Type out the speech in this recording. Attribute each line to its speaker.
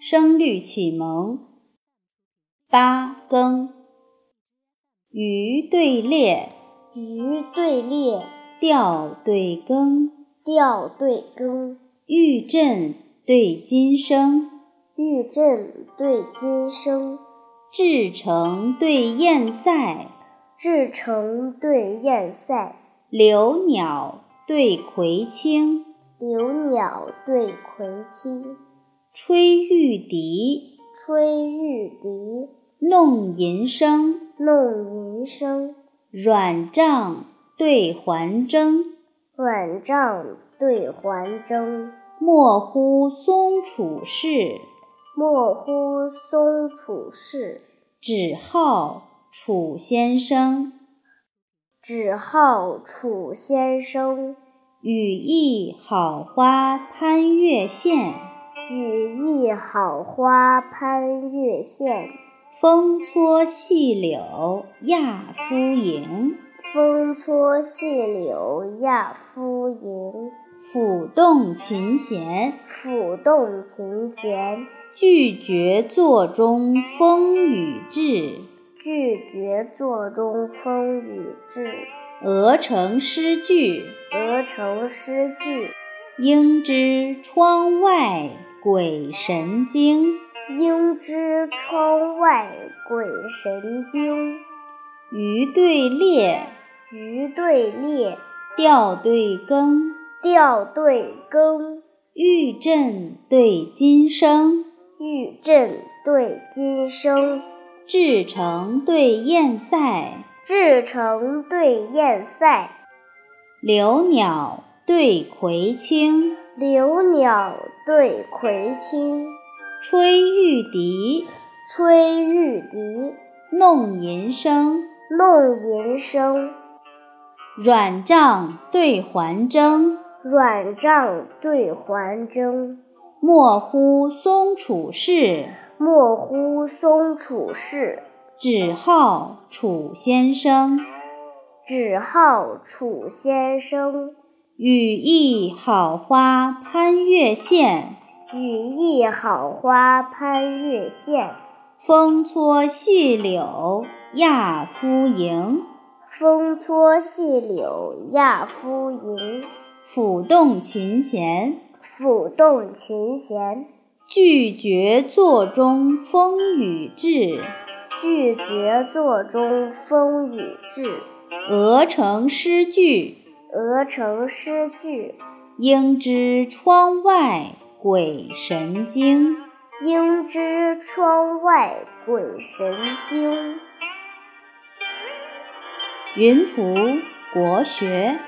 Speaker 1: 声律启蒙，八更，鱼对列，
Speaker 2: 鱼对列，
Speaker 1: 调对更，
Speaker 2: 调对更，
Speaker 1: 玉振对金声，
Speaker 2: 玉振对金声，
Speaker 1: 至诚对燕塞，
Speaker 2: 至诚对燕塞，
Speaker 1: 柳鸟对葵青，
Speaker 2: 柳鸟对葵青，
Speaker 1: 吹玉笛，
Speaker 2: 吹玉笛，
Speaker 1: 弄银声，
Speaker 2: 弄银声，
Speaker 1: 软帐对环筝，
Speaker 2: 软帐对环筝，
Speaker 1: 莫呼松楚事，
Speaker 2: 莫呼松楚事，
Speaker 1: 只好楚先生。
Speaker 2: 只好楚先生。
Speaker 1: 羽翼好花攀月现，
Speaker 2: 羽翼好花攀月现，
Speaker 1: 风搓细柳亚夫营。
Speaker 2: 风搓细柳亚夫营。
Speaker 1: 抚动琴弦，
Speaker 2: 抚动琴弦，
Speaker 1: 拒绝座中风雨至。
Speaker 2: 拒绝座中风雨至。
Speaker 1: 鹅城诗句，
Speaker 2: 鹅城诗句，
Speaker 1: 应知窗外鬼神惊。
Speaker 2: 应知窗外鬼神惊。
Speaker 1: 鱼对列，
Speaker 2: 鱼对列，
Speaker 1: 调对更，
Speaker 2: 调对更，
Speaker 1: 玉振对金声，
Speaker 2: 玉振对金声，
Speaker 1: 至诚对燕塞，
Speaker 2: 至诚对燕塞，
Speaker 1: 柳鸟对葵青，
Speaker 2: 柳鸟对葵青，
Speaker 1: 吹玉笛，
Speaker 2: 吹玉笛，
Speaker 1: 弄银声，
Speaker 2: 弄银声，
Speaker 1: 软帐对环筝，
Speaker 2: 软帐对环筝，
Speaker 1: 莫呼松楚事。
Speaker 2: 莫呼松楚事。
Speaker 1: 只好楚先生，
Speaker 2: 只好楚先生，
Speaker 1: 羽翼好花攀月现，
Speaker 2: 羽翼好花攀月现，
Speaker 1: 风搓细柳亚夫营。
Speaker 2: 风搓细柳亚夫营，
Speaker 1: 抚动琴弦，
Speaker 2: 抚动琴弦，
Speaker 1: 拒绝座中风雨至。
Speaker 2: 拒绝座中风雨至。
Speaker 1: 鹅城诗句，
Speaker 2: 鹅城诗句，
Speaker 1: 应知窗外鬼神惊。
Speaker 2: 应知窗外鬼神惊。
Speaker 1: 云浦国学。